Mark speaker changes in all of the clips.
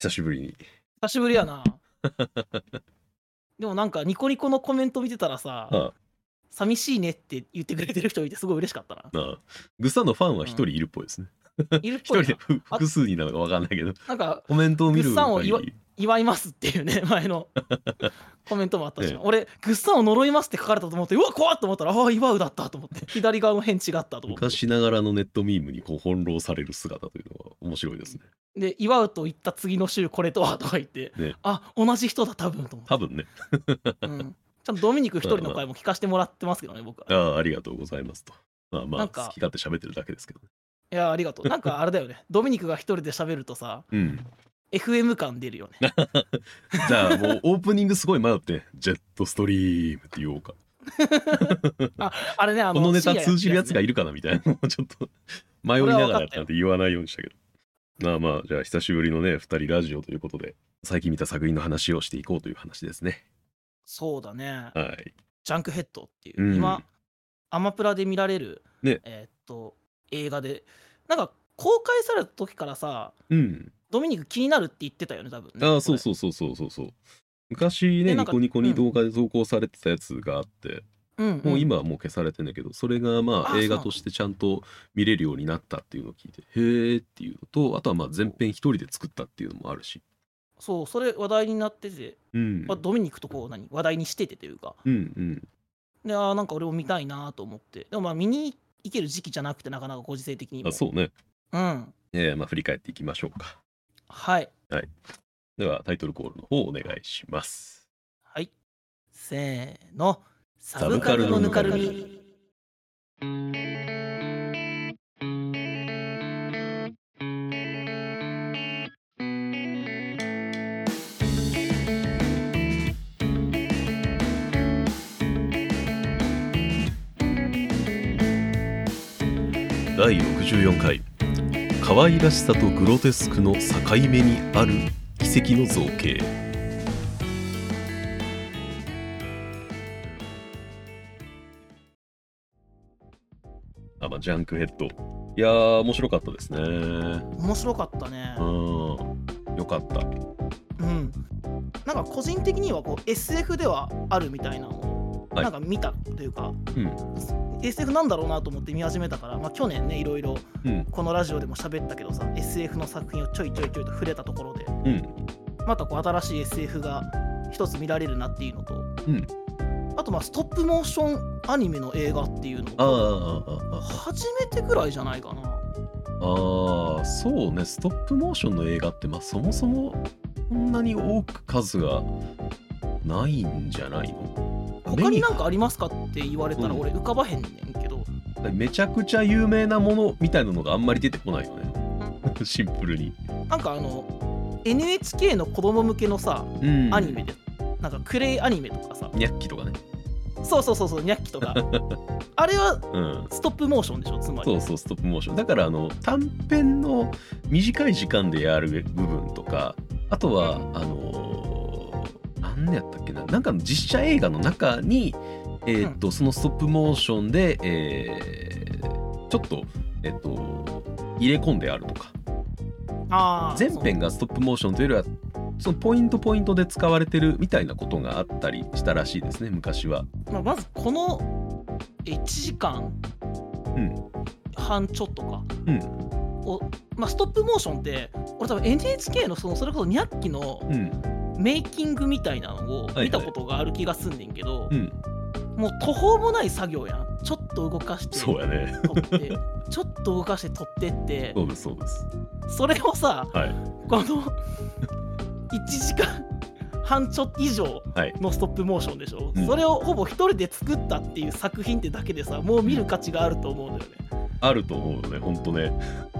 Speaker 1: 久しぶりに。
Speaker 2: 久しぶりやな。でもなんかニコニコのコメント見てたらさ、
Speaker 1: あ
Speaker 2: 寂しいねって言ってくれてる人いてすごい嬉しかったな。
Speaker 1: あああグサのファンは一人いるっぽいですね。
Speaker 2: いるっ
Speaker 1: 一、
Speaker 2: ぽい
Speaker 1: 人で
Speaker 2: な。
Speaker 1: ふ複数になのか分かんないけど、
Speaker 2: なんか
Speaker 1: コメントを見る
Speaker 2: グッサンを
Speaker 1: 限り
Speaker 2: 言わ祝いますっていうね、 前のコメントもあったしな、
Speaker 1: ええ
Speaker 2: 俺、グッサンを呪いますって書かれたと思って、うわ、怖っと思ったら、ああ、祝うだったと思 って、左側の返違ったと思って。
Speaker 1: 昔ながらのネットミームにこう翻弄される姿というのは面白いですね。
Speaker 2: で、祝うと言った次の週、これとはとか言って、
Speaker 1: ね
Speaker 2: あ同じ人だ、多分と思って。
Speaker 1: 多分ね、
Speaker 2: うんちゃんとドミニク一人の声も聞かせてもらってますけどね、僕は。
Speaker 1: ああ、ありがとうございますと。まあま
Speaker 2: な
Speaker 1: あ、
Speaker 2: んか
Speaker 1: 好き勝手喋ってるだけですけどね。
Speaker 2: いや、ありがとう。なんかあれだよね、ドミニクが一人で喋るとさ、
Speaker 1: うん。
Speaker 2: FM 感出るよね。
Speaker 1: じゃあもうオープニングすごい迷って、ジェットストリームって言おうか。
Speaker 2: あれね、あ
Speaker 1: このネタ通じるやつが
Speaker 2: い
Speaker 1: いるかなみたいなのをちょっと迷いながらやったんで言わないようにしたけど。まあまあ、じゃあ久しぶりのね、二人ラジオということで、最近見た作品の話をしていこうという話ですね。
Speaker 2: そうだね、
Speaker 1: はい。
Speaker 2: ジャンクヘッドっていう、
Speaker 1: うん
Speaker 2: 今、アマプラで見られる、
Speaker 1: ね
Speaker 2: えーっと、映画で、なんか公開された時からさ、
Speaker 1: うん。
Speaker 2: ドミニク気になるって言ってたよね、多分ね。
Speaker 1: ああ、そう
Speaker 2: う。
Speaker 1: そうそうそうそうそう。昔
Speaker 2: で
Speaker 1: ね、
Speaker 2: なん
Speaker 1: ニ
Speaker 2: か
Speaker 1: コニコに
Speaker 2: うん
Speaker 1: 動画で投稿されてたやつがあって、
Speaker 2: うん、
Speaker 1: もう今はもう消されてんだけど、それがま
Speaker 2: あ
Speaker 1: あ
Speaker 2: ー
Speaker 1: 映画としてちゃんと見れるようになったっていうのを聞いて、へえっていうのと、あとはまあ全編一人で作ったっていうのもあるし。
Speaker 2: そう、それ話題になってて、
Speaker 1: うん。
Speaker 2: まあ、ドミニクとこう何、話題にしててというか、
Speaker 1: うんうん。
Speaker 2: で、ああ、なんか俺も見たいなと思って、でもまあ見に行ける時期じゃなくて、なかなかご時世的にも。
Speaker 1: あそうね。
Speaker 2: うん。
Speaker 1: えーまあ振り返っていきましょうか。
Speaker 2: はい。
Speaker 1: ではタイトルコールの方お願いします。
Speaker 2: はい。せーの。サ
Speaker 1: ブカルのぬかるみ第64回可愛らしさとグロテスクの境目にある奇跡の造形あまあジャンクヘッドいやー面白かったですねうん
Speaker 2: 面白かったね。
Speaker 1: よかった
Speaker 2: うん。なんか個人的にはこう SF ではあるみたいなのを、
Speaker 1: はい
Speaker 2: なんか見たというか、
Speaker 1: うん、
Speaker 2: SF なんだろうなと思って見始めたから、まあ、去年ねいろいろ
Speaker 1: うん
Speaker 2: このラジオでも喋ったけどさ SF の作品をちょいちょいちょいと触れたところで
Speaker 1: うん
Speaker 2: またこう新しい SF が一つ見られるなっていうのと、
Speaker 1: うん
Speaker 2: あとまあストップモーションアニメの映画っていう
Speaker 1: あー
Speaker 2: のを
Speaker 1: あーあー
Speaker 2: 初めてぐらいじゃないかな。
Speaker 1: あーそうねストップモーションの映画って、まあ、そもそもこんなに多く数がないんじゃないの
Speaker 2: 他になん
Speaker 1: 目
Speaker 2: かありますかって言われたら
Speaker 1: うん
Speaker 2: 俺浮かばへんねんけど、
Speaker 1: 入めちゃくちゃ有名なものみたいなのがあんまり出てこないよね シンプルに、
Speaker 2: なんかあの NHK の子供向けのさ
Speaker 1: うん
Speaker 2: アニメで、なんかクレイアニメとかさ
Speaker 1: ニャッキとかね
Speaker 2: そうそうそうそうニャッキ とかあれは
Speaker 1: うん
Speaker 2: ストップモーションでしょつまり
Speaker 1: そうそうストップモーションだからあの短編の短い時間でやる部分とかあとはあのー、何やったっけななんかの実写映画の中にえーっと、そのストップモーションで、えーちょっとえーっと入れ込んであるとか
Speaker 2: あー
Speaker 1: 全編がストップモーションというよりはそのポイントポイントで使われてるみたいなことがあったりしたらしいですね昔は。
Speaker 2: そうまあまずこの1時間
Speaker 1: うん
Speaker 2: 半ちょっとか、
Speaker 1: うん
Speaker 2: をまあ、ストップモーションって俺多分 NHK のそのそれこそニャッキの
Speaker 1: うん
Speaker 2: メイキングみたいなのを
Speaker 1: いはい
Speaker 2: 見たことがある気がすんねんけど、
Speaker 1: うん、
Speaker 2: もう途方もない作業やんちょっと動かして
Speaker 1: そうやね。
Speaker 2: 撮ってちょっと動かして撮ってって
Speaker 1: そうですそうです。
Speaker 2: それをさ、
Speaker 1: はい
Speaker 2: この1時間半ちょっと以上
Speaker 1: はい
Speaker 2: のストップモーションでしょ、
Speaker 1: うん
Speaker 2: それをほぼ一人で作ったっていう作品ってだけでさもう見る価値があると思うんだよね。
Speaker 1: あると思うよね本当ね。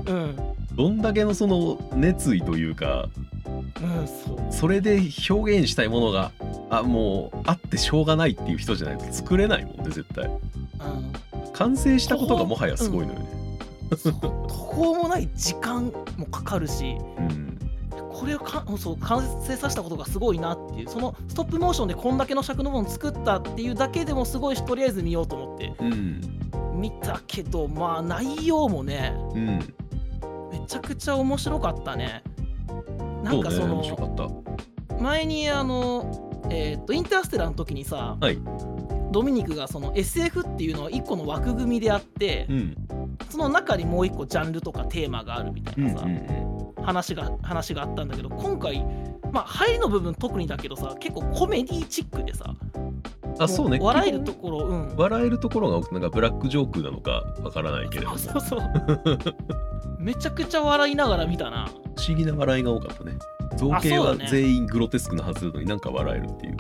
Speaker 2: うん
Speaker 1: どんだけのその熱意というか
Speaker 2: うん、そう
Speaker 1: それで表現したいものがあもうあってしょうがないっていう人じゃないと作れないもんね絶対
Speaker 2: うん
Speaker 1: 完成したことがもはやすごいのよね
Speaker 2: そう途方もない時間もかかるし
Speaker 1: うん
Speaker 2: これをかそう完成させたことがすごいなっていうそのストップモーションでこんだけの尺のもの作ったっていうだけでもすごいしとりあえず見ようと思って
Speaker 1: うん
Speaker 2: 見たけどまあ内容もね
Speaker 1: うん
Speaker 2: めちゃくちゃ面白かったねなんかそ
Speaker 1: そうね
Speaker 2: の
Speaker 1: 面白かった
Speaker 2: 前にあのえーっとインターステラーの時にさ、
Speaker 1: はい
Speaker 2: ドミニクがその SF っていうのは一個の枠組みであって、
Speaker 1: うん
Speaker 2: その中にもう一個ジャンルとかテーマがあるみたい
Speaker 1: うんう
Speaker 2: なんさ、話が話があったんだけど今回まあ入りの部分特にだけどさ結構コメディチックでさ
Speaker 1: うんあそうね
Speaker 2: も笑える
Speaker 1: 基
Speaker 2: と
Speaker 1: 本
Speaker 2: ころうん
Speaker 1: 笑えるところが多くてなんかブラックジョークなのかわからないけれども
Speaker 2: そうそうそうめちゃくちゃ笑いながら見たな
Speaker 1: 不思議な笑いが多かったね造形
Speaker 2: あそ
Speaker 1: は
Speaker 2: うだね
Speaker 1: 全員グロテスクなはずなのになんか笑えるっていう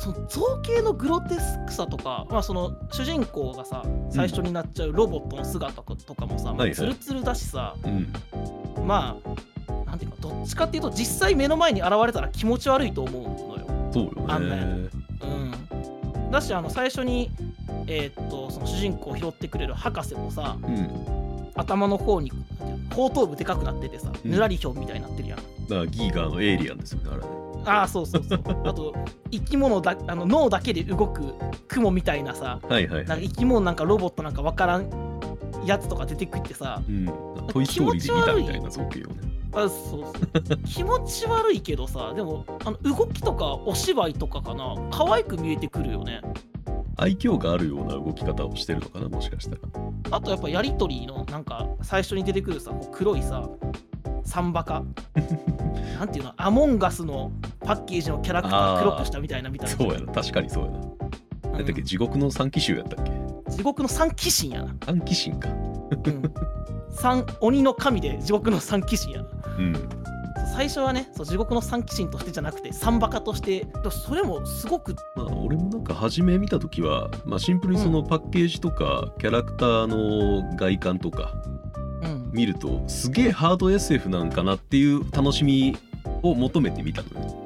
Speaker 2: その造形のグロテスクさとか、まあ、その主人公がさ最初になっちゃうロボットの姿とかもさ、ま
Speaker 1: はい
Speaker 2: あ
Speaker 1: はい
Speaker 2: ツルツルだしさ、
Speaker 1: うん
Speaker 2: まあなんていうかどっちかっていうと実際目の前に現れたら気持ち悪いと思うのよ。
Speaker 1: そう
Speaker 2: あ
Speaker 1: よ
Speaker 2: んな
Speaker 1: ね
Speaker 2: やうん、だしあの最初に、えーっとその主人公を拾ってくれる博士もさ
Speaker 1: うん
Speaker 2: 頭の方に後頭部でかくなっててさ
Speaker 1: うん
Speaker 2: ぬらりひょんみたいになってるやん。
Speaker 1: だからギーガーのエイリアンですよねあれね
Speaker 2: ああそうそうそうあと生き物だあの脳だけで動く雲みたいなさ
Speaker 1: はいはいは
Speaker 2: なん
Speaker 1: い
Speaker 2: か生き物なんかロボットなんかわからんやつとか出てくってさ
Speaker 1: うん、トイ・ストーリーで見たみたいな造形をね。
Speaker 2: あそうそう 気持ち悪いけどさでもあの動きとかお芝居とかかな可愛く見えてくるよね
Speaker 1: 愛嬌があるような動き方をしてるのかな、もしかしたら。
Speaker 2: あとやっぱやりとりのなんか最初に出てくるさこう黒いさサン バカなんていうのアモンガスのパッケージのキャラクターを黒くしたみたいなみたいな
Speaker 1: そうやな、確かにそうやな。
Speaker 2: う
Speaker 1: だっ
Speaker 2: ん
Speaker 1: け、地獄の三騎衆やったっけ
Speaker 2: 地獄の三騎神やな、
Speaker 1: 三騎神か。
Speaker 2: うん、三鬼の神で地獄の三騎神やな
Speaker 1: うん。
Speaker 2: そう最初はねそう地獄の三騎神としてじゃなくてサンバカとしてでもそれもすごく
Speaker 1: まあ、俺もなんか初め見た時は、まあ、シンプルにそのパッケージとか、キャラクターの外観とか
Speaker 2: うん
Speaker 1: 見ると、すげえハード SF なんかなっていう楽しみを求めてみたのね。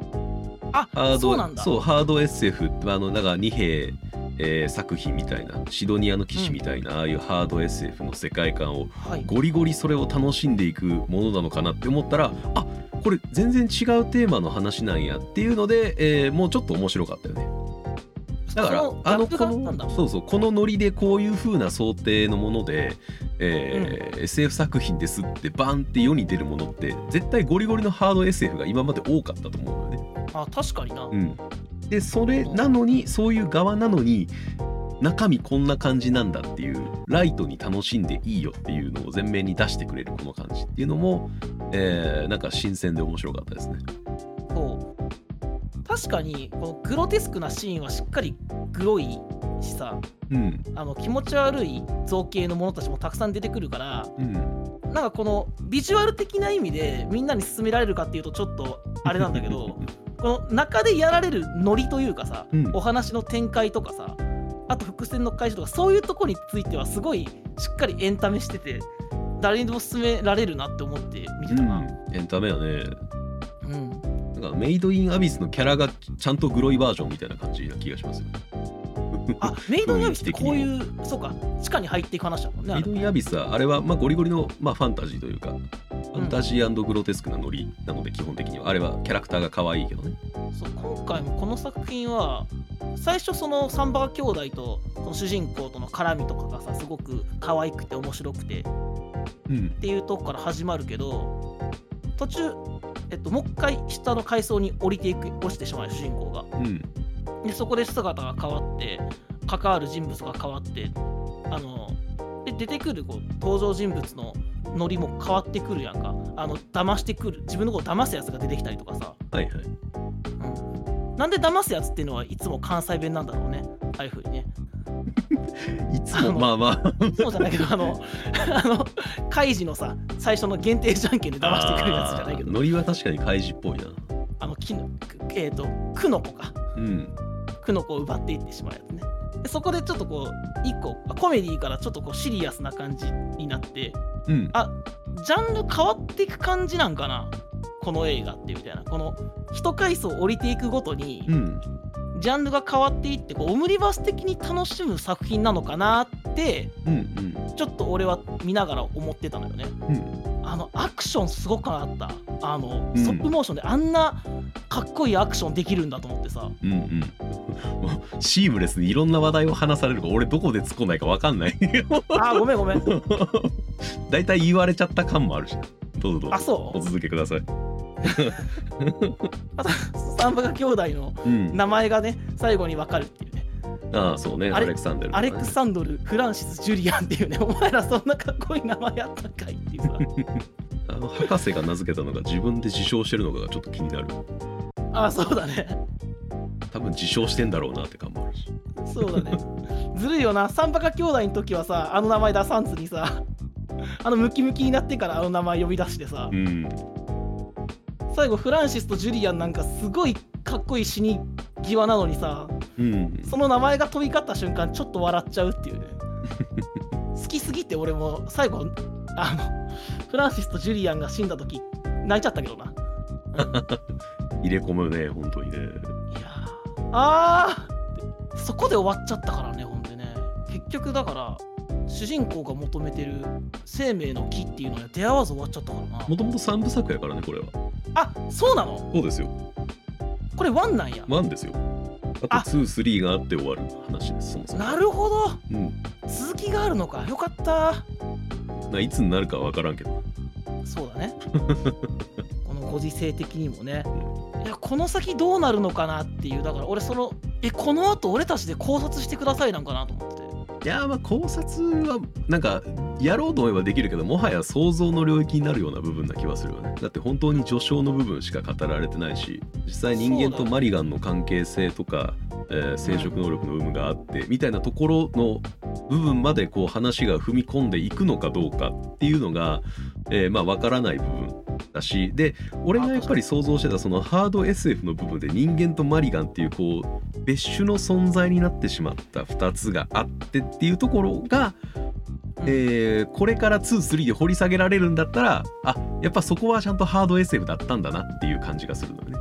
Speaker 2: あ
Speaker 1: ハード
Speaker 2: そうなんだ
Speaker 1: そうハード SF ってあのなんか二兵、えー作品みたいなシドニアの騎士みたいな、ああいうハード SF の世界観を
Speaker 2: はい、
Speaker 1: ゴリゴリそれを楽しんでいくものなのかなって思ったらあこれ全然違うテーマの話なんやっていうので、えーもうちょっと面白かったよねだから
Speaker 2: そ
Speaker 1: あの
Speaker 2: ギャップ
Speaker 1: こ
Speaker 2: があったんだ
Speaker 1: のそうそうこのノリでこういう風な想定のもので、えー SF 作品ですってバンって世に出るものって絶対ゴリゴリのハード SF が今まで多かったと思うのよね。
Speaker 2: あ確かにな、
Speaker 1: うん、でそれなのにそういう側なのに中身こんな感じなんだっていうライトに楽しんでいいよっていうのを前面に出してくれるこの感じっていうのも、えーなんか新鮮で面白かったですね。
Speaker 2: そう確かにこのグロテスクなシーンはしっかりグロいしさ
Speaker 1: うん
Speaker 2: あの気持ち悪い造形のものたちもたくさん出てくるから
Speaker 1: うん、
Speaker 2: なんかこのビジュアル的な意味でみんなに勧められるかっていうとちょっとあれなんだけ どこの中でやられるノリというかさ、
Speaker 1: うん
Speaker 2: お話の展開とかさあと伏線の回収とかそういうとこについてはすごいしっかりエンタメしてて誰にでも勧められるなって思って見てたな。
Speaker 1: エンタメやね
Speaker 2: うん
Speaker 1: なんかメイド・イン・アビスのキャラがちゃんとグロいバージョンみたいな感じな気がしますよね。
Speaker 2: あメイドインアビスってこういうそうか地下に入っていく話だもんねあ
Speaker 1: メイ
Speaker 2: れ
Speaker 1: ド・イン・アビスはあれはまあゴリゴリの、まあ、ファンタジーというかファンタジーグロテスクなノリなので基本的にはあれはキャラクターが可愛いけどね。
Speaker 2: そう今回もこの作品は最初そのサンバー兄弟とその主人公との絡みとかがさすごく可愛くて面白くてっ
Speaker 1: うん
Speaker 2: ていうとこから始まるけど途中、えっと、もう一回下の階層に降りていく落ちてしまう主人公が
Speaker 1: うん
Speaker 2: でそこで姿が変わって関わる人物が変わってあので出てくるこう登場人物のノリも変わってくるやんかあの騙してくる自分のことを騙すやつが出てきたりとかさ、
Speaker 1: はいはい。
Speaker 2: うん、なんで騙すやつっていうのはいつも関西弁なんだろうねああいうふうにね
Speaker 1: いつ
Speaker 2: あ
Speaker 1: も
Speaker 2: の
Speaker 1: まあまあ
Speaker 2: そうじゃないけどあの あのカイジのさ最初の限定じゃんけんで騙してくるやつじゃないけ
Speaker 1: あー
Speaker 2: ど
Speaker 1: ノリは確かに怪獣っぽいな。
Speaker 2: あのきのえっ、とくのこか
Speaker 1: うん。
Speaker 2: くのこを奪っていってしまうやつねでそこでちょっとこう一個コメディからちょっとこうシリアスな感じになって
Speaker 1: うん。
Speaker 2: あジャンル変わっていく感じなんかなこの映画ってみたいなこの一階層降りていくごとに
Speaker 1: うん。
Speaker 2: ジャンルが変わっていってこうオムニバス的に楽しむ作品なのかなって
Speaker 1: うん。うん。
Speaker 2: ちょっと俺は見ながら思ってたのよね
Speaker 1: うん。
Speaker 2: あのアクションすごくなかったあの
Speaker 1: うん
Speaker 2: ストップモーションであんなかっこいいアクションできるんだと思ってさ
Speaker 1: うん。うん。 もうシームレスにいろんな話題を話されるから俺どこで突っ込んないかわかんない。
Speaker 2: あーごめんごめん
Speaker 1: 大体言われちゃった感もあるし。どうぞどうぞ。
Speaker 2: あそう
Speaker 1: お続けください。
Speaker 2: うあとスタンバカ兄弟の
Speaker 1: うん、
Speaker 2: 名前がね最後に分かるっていうね
Speaker 1: ああそうね
Speaker 2: ア
Speaker 1: ア
Speaker 2: レ
Speaker 1: レクサンデルと
Speaker 2: ア
Speaker 1: かね、
Speaker 2: レクサンドルフランシス・ジュリアンっていうねお前らそんなかっこいい名前あったんかいっていうさ
Speaker 1: あの博士が名付けたのが自分で自称してるのかがちょっと気になる
Speaker 2: あそうだね
Speaker 1: 多分自称してんだろうなって感もあるし
Speaker 2: そうだね。ずるいよな。三バカ兄弟の時はさ、あの名前出さんずにさ、あのムキムキになってからあの名前呼び出してさ
Speaker 1: う、ん
Speaker 2: 最後フランシスとジュリアンなんかすごいかっこいい死に際なのにさ、
Speaker 1: うん
Speaker 2: その名前が飛び交った瞬間ちょっと笑っちゃうって いうね。好きすぎて俺も最後、あの、フランシスとジュリアンが死んだ時泣いちゃったけどな。
Speaker 1: 入れ込むね本当にね
Speaker 2: いやーあーそこで終わっちゃったからねほんでね結局だから主人公が求めてる生命の木っていうのには出会わず終わっちゃったからな
Speaker 1: もともと3部作やからねこれは
Speaker 2: あそうなの
Speaker 1: そうですよ
Speaker 2: これワンなんや、
Speaker 1: 1ですよ
Speaker 2: あ
Speaker 1: あと23があって終わる話ですそもそも
Speaker 2: なるほど
Speaker 1: うん
Speaker 2: 続きがあるのかよかった
Speaker 1: ないつになるか分からんけど
Speaker 2: そうだ ねこのご時世的にもねいやこの先どうなるのかなっていうだから俺そのえこの後俺たちで考察してくださいなんかなと思って
Speaker 1: いやーまあ考察はなんかやろうと思えばできるけどもはや想像の領域になるような部分な気はするよねだって本当に序章の部分しか語られてないし実際人間
Speaker 2: そう
Speaker 1: と
Speaker 2: だ
Speaker 1: マリガンの関係性とか、えー生殖能力の有無があってみたいなところの部分までこう話が踏み込んでいくのかどうかっていうのが、えーまあ分からない部分だしで俺がやっぱり想像してたそのハード SF の部分で人間とマリガンっていうこう別種の存在になってしまった2つがあってっていうところが、
Speaker 2: うん
Speaker 1: えーこれから23で掘り下げられるんだったらあやっぱそこはちゃんとハード SF だったんだなっていう感じがするのよね。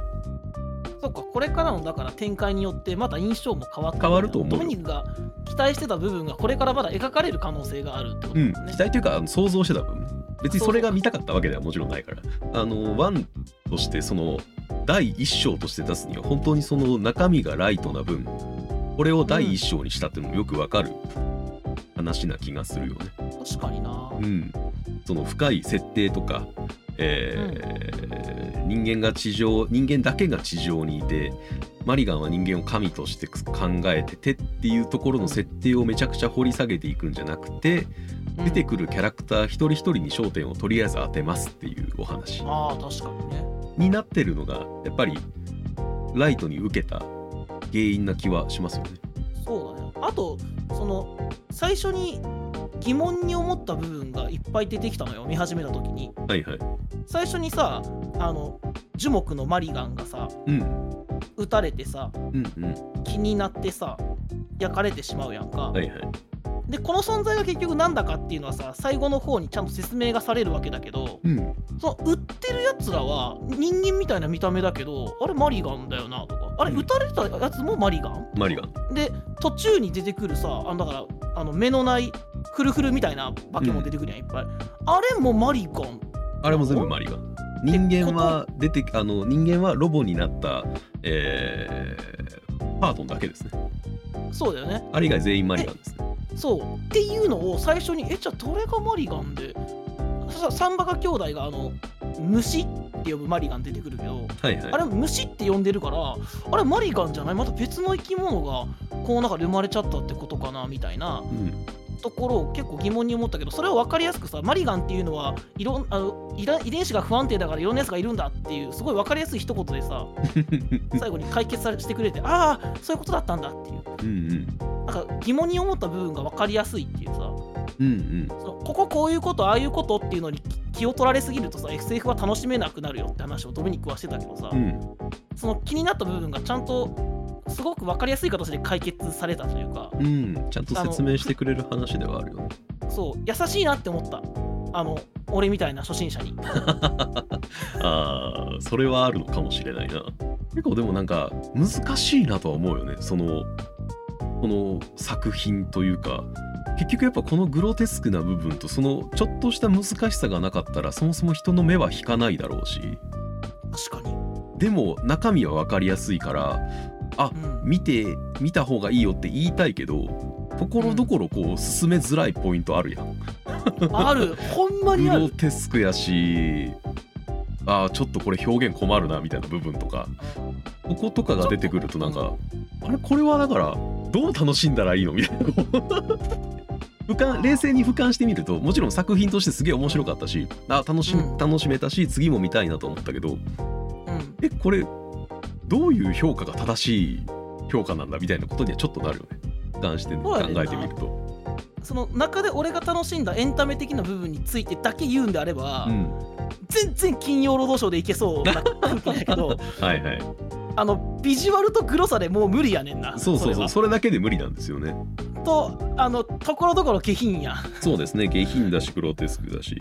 Speaker 2: そっかこれからのだから展開によってまた印象も変わってく
Speaker 1: 変わると思う
Speaker 2: ドミニクが期待してた部分がこれからまだ描かれる可能性があるってこと
Speaker 1: う
Speaker 2: で
Speaker 1: ん、
Speaker 2: す
Speaker 1: 期
Speaker 2: ね、
Speaker 1: 待というかあの想像してた分ね別にそれが見たかったわけではもちろんないからあの1としてその第一章として出すには本当にその中身がライトな分これを第一章にしたっていうのもよくわかる話な気がするよね。
Speaker 2: 確かにな
Speaker 1: うん、その深い設定とか、えー人間が地上人間だけが地上にいてマリガンは人間を神として考えててっていうところの設定をめちゃくちゃ掘り下げていくんじゃなくて出てくるキャラクター一人一人に焦点をとりあえず当てますっていうお話
Speaker 2: うんああ確かにね
Speaker 1: になってるのがやっぱりライトに受けた原因な気はしますよね。
Speaker 2: そうだねあとその最初に疑問に思った部分がいっぱい出てきたのよ見始めた時に
Speaker 1: はいはい。
Speaker 2: 最初にさあの樹木のマリガンがさ
Speaker 1: うん
Speaker 2: 撃たれてさ
Speaker 1: うんうん。
Speaker 2: 気になってさ焼かれてしまうやんか、
Speaker 1: はいはい。
Speaker 2: でこの存在が結局なんだかっていうのはさ最後の方にちゃんと説明がされるわけだけど
Speaker 1: うん。
Speaker 2: その売ってるやつらは人間みたいな見た目だけどあれマリガンだよなとかあれ
Speaker 1: うん
Speaker 2: 撃たれたやつもマリガン、
Speaker 1: マリガン。
Speaker 2: で途中に出てくるさあのだからあの目のないフルフルみたいな化け物出てくるやんいっぱい、あれもマリガン
Speaker 1: あれも全部マリガン。人間は出てあの人間はロボになった、えーパートンだけですね。
Speaker 2: そうだよね
Speaker 1: あれ以外全員マリガンですね。
Speaker 2: そうっていうのを最初にえじゃあどれがマリガンでそしたらサンバカ兄弟があの虫って呼ぶマリガン出てくるけど
Speaker 1: はいはい。
Speaker 2: あれ虫って呼んでるからあれマリガンじゃないまた別の生き物がこの中で生まれちゃったってことかなみたいな
Speaker 1: うん、
Speaker 2: ところを結構疑問に思ったけどそれを分かりやすくさマリガンっていうのはいろんあのいら遺伝子が不安定だからいろんなやつがいるんだっていうすごい分かりやすい一言でさ最後に解決されしてくれてああそういうことだったんだっていう
Speaker 1: うんうん
Speaker 2: なんか疑問に思った部分が分かりやすいっていうさ
Speaker 1: うんうん
Speaker 2: そのこここういうことああいうことっていうのに気気を取られすぎるとさ SF は楽しめなくなるよって話をドミニクはしてたけどさ、
Speaker 1: うん
Speaker 2: その気になった部分がちゃんとすごく分かりやすい形で解決されたというか
Speaker 1: うんちゃんと説明してくれる話ではあるよね。
Speaker 2: そう優しいなって思ったあの俺みたいな初心者に
Speaker 1: ああそれはあるのかもしれないな。結構でもなんか難しいなとは思うよねそのこの作品というか結局やっぱこのグロテスクな部分とそのちょっとした難しさがなかったらそもそも人の目は引かないだろうし
Speaker 2: 確かに、
Speaker 1: でも中身は分かりやすいから
Speaker 2: うん、
Speaker 1: 見て見た方がいいよって言いたいけどところどころこう進めづらい ポイントあるやん。
Speaker 2: あるほんま
Speaker 1: グ
Speaker 2: にあ
Speaker 1: ロ
Speaker 2: る
Speaker 1: テスクやしああちょっとこれ表現困るなみたいな部分とかこことかが出てくるとなんかあれこれはだからどう楽しんだらいいのみたいなこう俯瞰冷静に俯瞰してみるともちろん作品としてすげえ面白かったしあ楽し
Speaker 2: うん
Speaker 1: 楽しめたし次も見たいなと思ったけど
Speaker 2: うん
Speaker 1: えこれどういう評価が正しい評価なんだみたいなことにはちょっとなるよね俯瞰して考えてみると。
Speaker 2: その中で俺が楽しんだエンタメ的な部分についてだけ言うんであれば、
Speaker 1: うん、
Speaker 2: 全然金曜ロードショーでいけそうな空気だけ ど
Speaker 1: はいはい
Speaker 2: あのビジュアルとグロさでもう無理やねんな
Speaker 1: そうそうそう
Speaker 2: れは
Speaker 1: それだけで無理なんですよね。
Speaker 2: とあのところどころ下品や
Speaker 1: そうですね下品だしグロテスクだし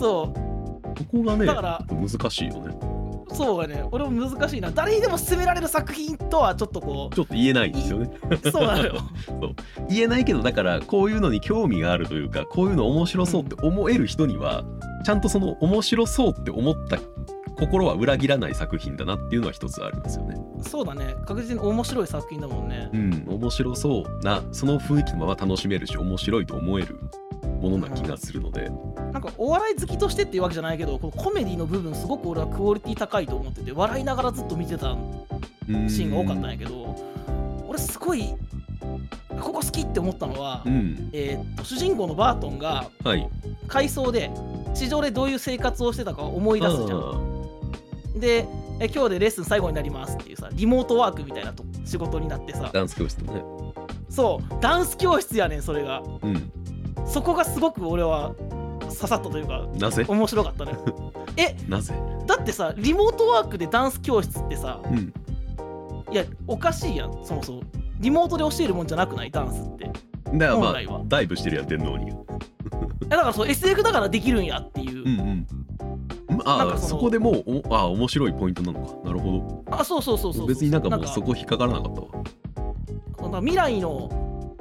Speaker 2: そう
Speaker 1: ここがね
Speaker 2: だから
Speaker 1: 難しいよね
Speaker 2: そうやね俺も難しいな誰にでも勧められる作品とはちょっとこ
Speaker 1: ちょっと言えないんですよね
Speaker 2: うそうなの よ
Speaker 1: 言えないけどだからこういうのに興味があるというかこういうの面白そうって思える人にはちゃんとその面白そうって思った心は裏切らない作品だなっていうのは一つありますよね
Speaker 2: そうだね確実に面白い作品だもんね
Speaker 1: うん面白そうなその雰囲気のまま楽しめるし面白いと思えるものな気がするので、
Speaker 2: なんかお笑い好きとしてっていうわけじゃないけどこのコメディの部分すごく俺はクオリティ高いと思ってて笑いながらずっと見てた
Speaker 1: うん
Speaker 2: シーンが多かったんやけど俺すごいここ好きって思ったのは、
Speaker 1: うん
Speaker 2: えーっと主人公のバートンが
Speaker 1: はい
Speaker 2: 階層で地上でどういう生活をしてたかを思い出すじゃ
Speaker 1: あ
Speaker 2: ん。
Speaker 1: ー
Speaker 2: でえ今日でレッスン最後になりますっていうさリモートワークみたいなと仕事になってさ
Speaker 1: ダンス教室ね
Speaker 2: そうダンス教室やねんそれが
Speaker 1: うん
Speaker 2: そこがすごく俺は刺さったというか
Speaker 1: なぜ
Speaker 2: 面白かったのよえ
Speaker 1: なぜ
Speaker 2: だってさリモートワークでダンス教室ってさ
Speaker 1: うん
Speaker 2: いやおかしいやんそもそもリモートで教えるもんじゃなくないダンスって
Speaker 1: だからま
Speaker 2: 本
Speaker 1: あ
Speaker 2: 来は
Speaker 1: ダイブしてるやん天皇に
Speaker 2: いやだからそう SF だからできるんやってい
Speaker 1: う
Speaker 2: う、
Speaker 1: んうん、あ
Speaker 2: なん
Speaker 1: あ
Speaker 2: かそ
Speaker 1: そ
Speaker 2: の
Speaker 1: こでもうおあー面白いポイントなのかなるほど
Speaker 2: あそうそうそうそうそう
Speaker 1: 別になんかもうそこ引っかからなかったわ
Speaker 2: なんか未来の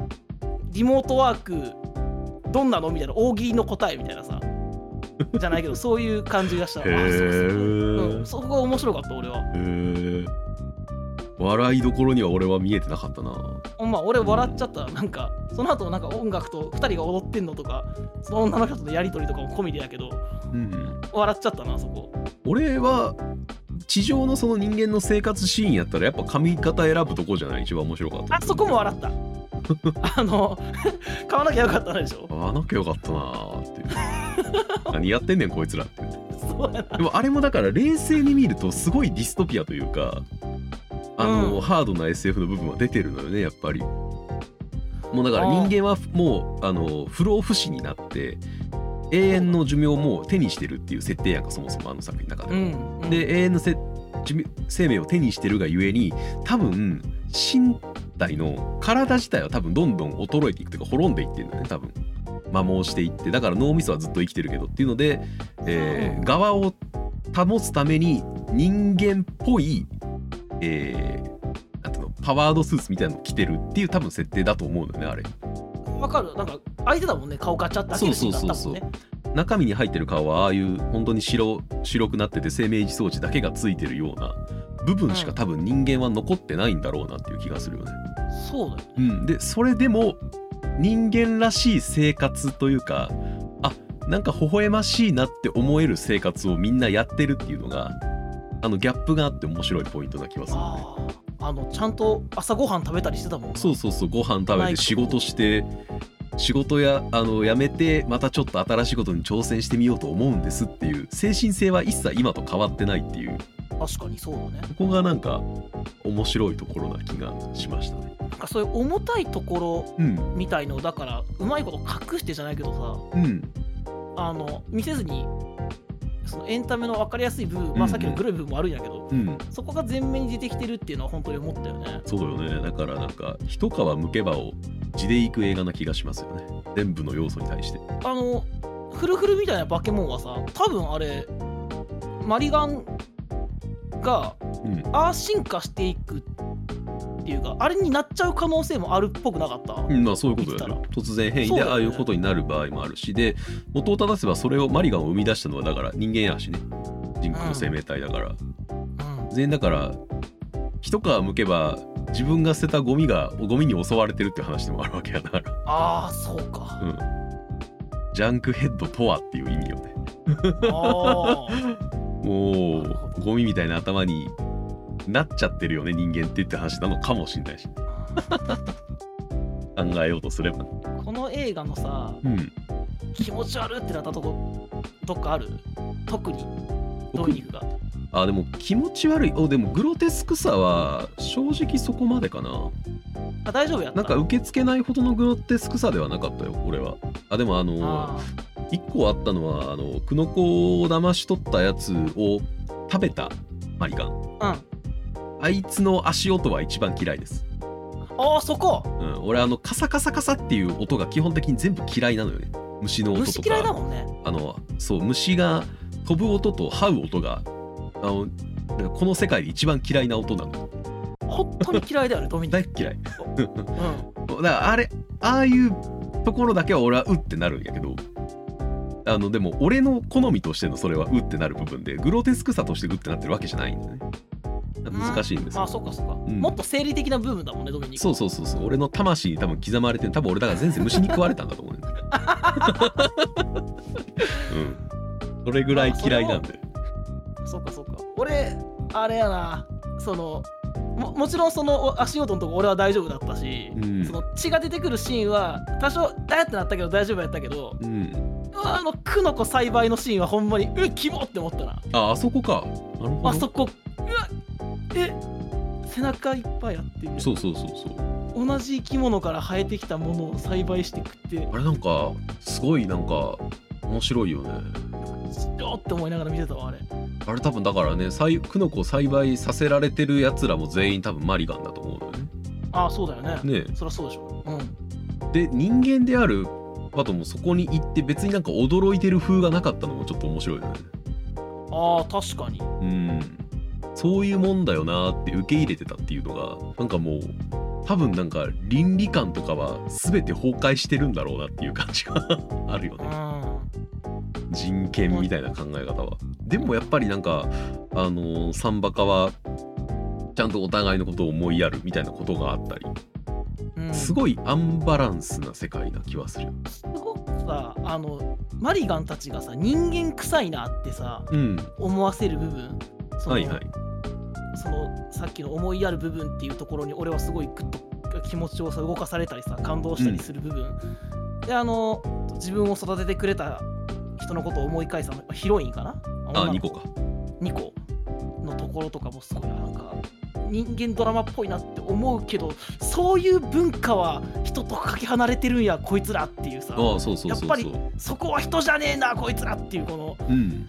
Speaker 2: リモートワークどんなのみたいな大喜利の答えみたいなさじゃないけ どそういう感じがした
Speaker 1: へえ
Speaker 2: あそうそううんそこが面白かった俺は
Speaker 1: へえ笑いどころには俺は見えてなかったな
Speaker 2: ほんま俺笑っちゃったなんかその後なんか音楽と2人が踊ってんのとかその女の人とのやり取りとかも込みでやけど
Speaker 1: うん
Speaker 2: 笑っちゃったなそこ
Speaker 1: 俺は地上のその人間の生活シーンやったらやっぱ髪型選ぶとこじゃない一番面白かった
Speaker 2: あそこも 笑ったあの買わなきゃよかったのでしょ
Speaker 1: あわなきゃよかったなーって いう何やってんねんこいつらって
Speaker 2: そうやな
Speaker 1: でもあれもだから冷静に見るとすごいディストピアというかあの、
Speaker 2: うん
Speaker 1: ハードな SF の部分は出てるのよねやっぱりもうだから人間はもうあの不老不死になって永遠の寿命をもう手にしてるっていう設定やんかそもそもあの作品の中で
Speaker 2: う
Speaker 1: は、
Speaker 2: ん、うん、
Speaker 1: で永遠のせ寿命生命を手にしてるがゆえに多分身体の体自体は多分どんどん衰えていくというか滅んでいってるんだよね多分摩耗していってだから脳みそはずっと生きてるけどっていうので、えー側を保つために人間っぽい、えーなんていうのパワードスーツみたいなの着てるっていう多分設定だと思うのよねあれ
Speaker 2: わかるなんか相手だもんね顔ガチャって開けるシーンだったもんね
Speaker 1: そう中身に入ってる顔はああいう本当に白白くなってて生命維持装置だけがついてるような部分しか多分人間は残ってないんだろうなっていう気がするよね。
Speaker 2: そうだよね
Speaker 1: うん、でそれでも人間らしい生活というかあなんか微笑ましいなって思える生活をみんなやってるっていうのがあのギャップがあって面白いポイントな気がする、ね、
Speaker 2: あああのちゃんと朝ごはん食べたりしてたもんな
Speaker 1: そうそうそうご飯食べて仕事して仕事やあのやめてまたちょっと新しいことに挑戦してみようと思うんですっていう精神性は一切今と変わってないっていう
Speaker 2: 確かにそうだね
Speaker 1: ここがなんか面白いところな気がしましたね。
Speaker 2: なんかそういう重たいとこ
Speaker 1: うん
Speaker 2: ろみたいのをだからうまいこと隠してじゃないけど
Speaker 1: うん
Speaker 2: さあの見せずにそのエンタメの分かりやすい部分、まあ、さっきのグロい部分もあるんやけど、
Speaker 1: うん
Speaker 2: そこが前面に出てきてるっていうのは本当に思ったよね
Speaker 1: そうよねだからなんか一皮むけばを地で行く映画な気がしますよね全部の要素に対して
Speaker 2: あのフルフルみたいな化け物はさ多分あれマリガンが
Speaker 1: うん
Speaker 2: ああ進化していくっていうかあれになっちゃう可能性もあるっぽくなかった、
Speaker 1: うんまあそういうことだよね突然変異
Speaker 2: そう
Speaker 1: で
Speaker 2: だよね
Speaker 1: ああいうことになる場合もあるし、で元を正せばそれをマリガンを生み出したのはだから人間やしね人工生命体だから、
Speaker 2: うん
Speaker 1: 全員だから一皮むけば自分が捨てたゴミがゴミに襲われてるって話でもあるわけやだ から
Speaker 2: ああそうか、
Speaker 1: うんジャンクヘッドとはっていう意味よね
Speaker 2: ああ
Speaker 1: も
Speaker 2: なるほ
Speaker 1: うゴミみたいな頭になっちゃってるよね人間ってって話なのかもしれないし 考えようとすればね、
Speaker 2: この映画のさ
Speaker 1: うん、
Speaker 2: 気持ち悪ってなったとこどっかある特にドイニクが
Speaker 1: あでも気持ち悪いおでもグロテスクさは正直そこまでかな
Speaker 2: あ大丈夫やった
Speaker 1: なんか受け付けないほどのグロテスクさではなかったよ俺はあでもあの
Speaker 2: あ
Speaker 1: 一個あったのはあのクノコを騙し取ったやつを食べたマリカン
Speaker 2: ーうん
Speaker 1: あいつの足音は一番嫌いです、
Speaker 2: あーそこ
Speaker 1: うん、俺あのカサカサカサっていう音が基本的に全部嫌いなのよね虫の音とか
Speaker 2: 虫嫌いだもんね
Speaker 1: あのそう虫が飛ぶ音と這う音があのこの世界で一番嫌いな音なの
Speaker 2: 本当に嫌 いだよねドミニ
Speaker 1: 大
Speaker 2: ク
Speaker 1: っ嫌い
Speaker 2: うん
Speaker 1: だからあれああいうところだけは俺はうってなるんやけどあのでも俺の好みとしてのそれはうってなる部分でグロテスクさとしてうってなってるわけじゃないんだよね難しいんですよ、
Speaker 2: あそっかそっか、
Speaker 1: ん
Speaker 2: もっと生理的な部分だもんねドミニク
Speaker 1: そうそうそうそう俺の魂に多分刻まれてる多分俺だから前世虫に食われたんだと思うね うんそれぐらい嫌いなんで
Speaker 2: そっかそっか俺あれやなそのももちろんそのお足音のとこ俺は大丈夫だったし、
Speaker 1: うん
Speaker 2: その血が出てくるシーンは多少ダーってなったけど大丈夫やったけど
Speaker 1: うん
Speaker 2: うわあのクノコ栽培のシーンはほんまにうっキモって思ったな
Speaker 1: ああそこかなるほど
Speaker 2: あそこうわえ背中いっぱいあってる
Speaker 1: そうそうそうそう
Speaker 2: 同じ生き物から生えてきたものを栽培して食って
Speaker 1: あれなんかすごいなんか面白いよね
Speaker 2: しょって思いながら見てたわあれ
Speaker 1: あれ多分だからねさいクノコを栽培させられてるやつらも全員多分マリガンだと思うのよね
Speaker 2: ああそうだよね
Speaker 1: ね
Speaker 2: そりゃそうでしょうん
Speaker 1: で人間であるバトもそこに行って別になんか驚いてる風がなかったのもちょっと面白いよね
Speaker 2: ああ確かに
Speaker 1: うんそういうもんだよなーって受け入れてたっていうのがなんかもう多分なんか倫理観とかは全て崩壊してるんだろうなっていう感じが あるよ
Speaker 2: う
Speaker 1: ね
Speaker 2: ん
Speaker 1: 人権みたいな考え方は。でもやっぱりなんかあのーサンバカはちゃんとお互いのことを思いやるみたいなことがあったり
Speaker 2: うん
Speaker 1: すごいアンバランスな世界な気はする。
Speaker 2: すごくさあのマリガンたちがさ人間臭いなってさ
Speaker 1: うん、
Speaker 2: 思わせる部分その,、
Speaker 1: はいはい。
Speaker 2: そのさっきの思いやる部分っていうところに俺はすごいグッと気持ちをさ動かされたりさ感動したりする部分、であの自分を育ててくれた人のことを思い返したのヒロインかな
Speaker 1: あ2
Speaker 2: 女の子
Speaker 1: 個か。
Speaker 2: ニコのところとかもすごいなんか人間ドラマっぽいなって思うけどそういう文化は人とかけ離れてるんやこいつらっていうさ
Speaker 1: ああそうそう
Speaker 2: や
Speaker 1: そ
Speaker 2: っ
Speaker 1: う
Speaker 2: ぱ
Speaker 1: そ
Speaker 2: り
Speaker 1: う。
Speaker 2: そこは人じゃねえなこいつらっていうこの
Speaker 1: うん、
Speaker 2: なん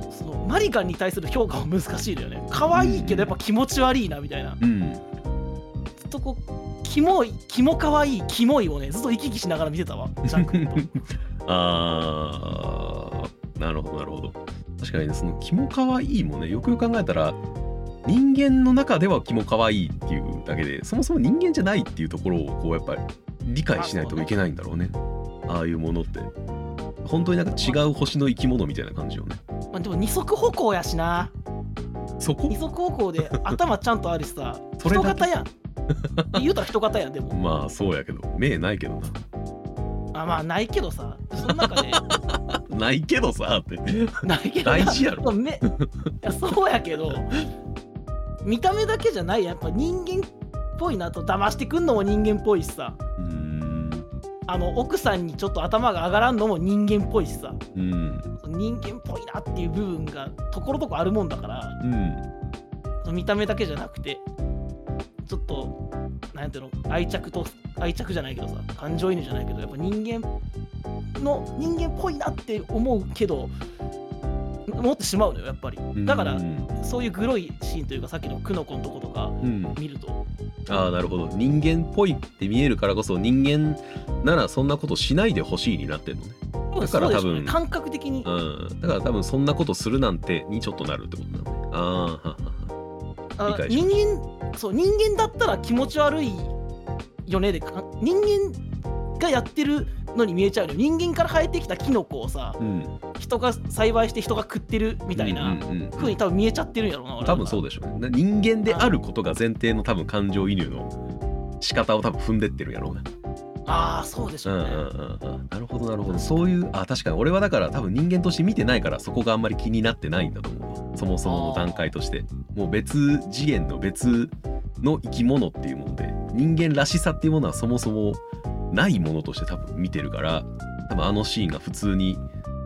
Speaker 2: てそのマリガンに対する評価も難しいだよね可愛いけどやっぱ気持ち悪いなみたいな、
Speaker 1: うん
Speaker 2: ずっとこうキモいキモ可愛いキモいをねずっと行き来しながら見てたわジャン君と
Speaker 1: あーなるほどなるほど確かにねその「キモかわいい」もねよくよく考えたら人間の中ではキモかわいいっていうだけでそもそも人間じゃないっていうところをこうやっぱり理解しないといけないんだろうねああいうものって本当になんか違う星の生き物みたいな感じよね
Speaker 2: まあでも二足歩行や しな
Speaker 1: そこ
Speaker 2: 二足歩行で頭ちゃんとあるしさ
Speaker 1: それ
Speaker 2: 人
Speaker 1: だけ
Speaker 2: 型やん言うたら人型やんでも
Speaker 1: まあそうやけど目ないけど
Speaker 2: あまあないけどさそ の中で
Speaker 1: なないけどさって
Speaker 2: ないけどな
Speaker 1: 大事やろ
Speaker 2: そうめいやそうやけど見た目だけじゃないやっぱ人間っぽいなと騙してくんのも人間っぽいしさ
Speaker 1: うん
Speaker 2: あの奥さんにちょっと頭が上がらんのも人間っぽいしさ
Speaker 1: うん
Speaker 2: 人間っぽいなっていう部分がところどころあるもんだから
Speaker 1: うん
Speaker 2: 見た目だけじゃなくてちょっとなんていうの愛着と愛着じゃないけどさ感情移入じゃないけどやっぱ人間の人間っぽいなって思うけど思ってしまうのよやっぱりだから
Speaker 1: うん
Speaker 2: そういうグロいシーンというかさっきのクノコのとことか
Speaker 1: うん
Speaker 2: 見ると
Speaker 1: ああなるほど人間っぽいって見えるからこそ人間ならそんなことしないでほしいになってんのね、だから多分
Speaker 2: そうでしょうね感覚的に
Speaker 1: うん、だから多分そんなことするなんてにちょっとなるってことなのねああははは
Speaker 2: あ
Speaker 1: 解し
Speaker 2: 人間そう人間だったら気持ち悪いよねでか人間がやってるのに見えちゃうのよ人間から生えてきたキノコをさ
Speaker 1: うん
Speaker 2: 人が栽培して人が食ってるみたいな
Speaker 1: うんうんうん
Speaker 2: 風に多分見えちゃってるんやろうな、俺
Speaker 1: 多分そうでしょうねな人間であることが前提の多分感情移入の仕方を多分踏んでってるやろうね
Speaker 2: ああそうでし
Speaker 1: う
Speaker 2: ょ
Speaker 1: んう
Speaker 2: うんね、
Speaker 1: うんうんなるほどなるほどそういうあ確かに俺はだから多分人間として見てないからそこがあんまり気になってないんだと思うわそもそもの段階としてもう別次元の別の生き物っていうもので人間らしさっていうものはそもそもないものとして多分見てるから多分あのシーンが普通に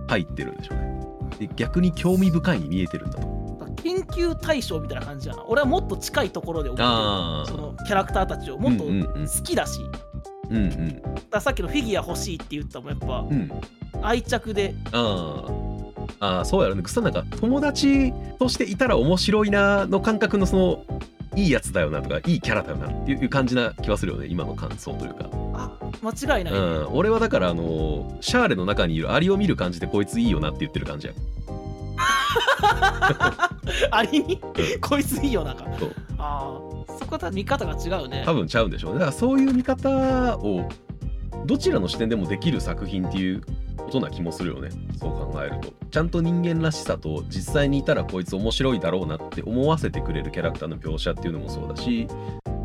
Speaker 1: 入ってるんでしょうねで逆に興味深いに見えてるんだと思う
Speaker 2: だから研究対象みたいな感じやな俺はもっと近いところで思って
Speaker 1: あ
Speaker 2: るそ
Speaker 1: あ
Speaker 2: のキャラクターたちをもっと
Speaker 1: うんうんうん
Speaker 2: 好きだし、
Speaker 1: うんうん
Speaker 2: だからさっきのフィギュア欲しいって言ったのもやっぱ
Speaker 1: うん
Speaker 2: 愛着で
Speaker 1: あーあーそうやろね草なんか友達としていたら面白いなの感覚のそのいいやつだよなとかいいキャラだよなっていう感じな気はするよね今の感想というか、
Speaker 2: あ間違いな
Speaker 1: う
Speaker 2: いね、
Speaker 1: ん、俺はだからあのーシャーレの中にいるアリを見る感じでこいついいよなって言ってる感じや
Speaker 2: ありに、 こいついいよなんか
Speaker 1: そう
Speaker 2: ああそこは多分見方が違うね
Speaker 1: 多分ちゃうんでしょうねだからそういう見方をどちらの視点でもできる作品っていうことな気もするよねそう考えるとちゃんと人間らしさと実際にいたらこいつ面白いだろうなって思わせてくれるキャラクターの描写っていうのもそうだし、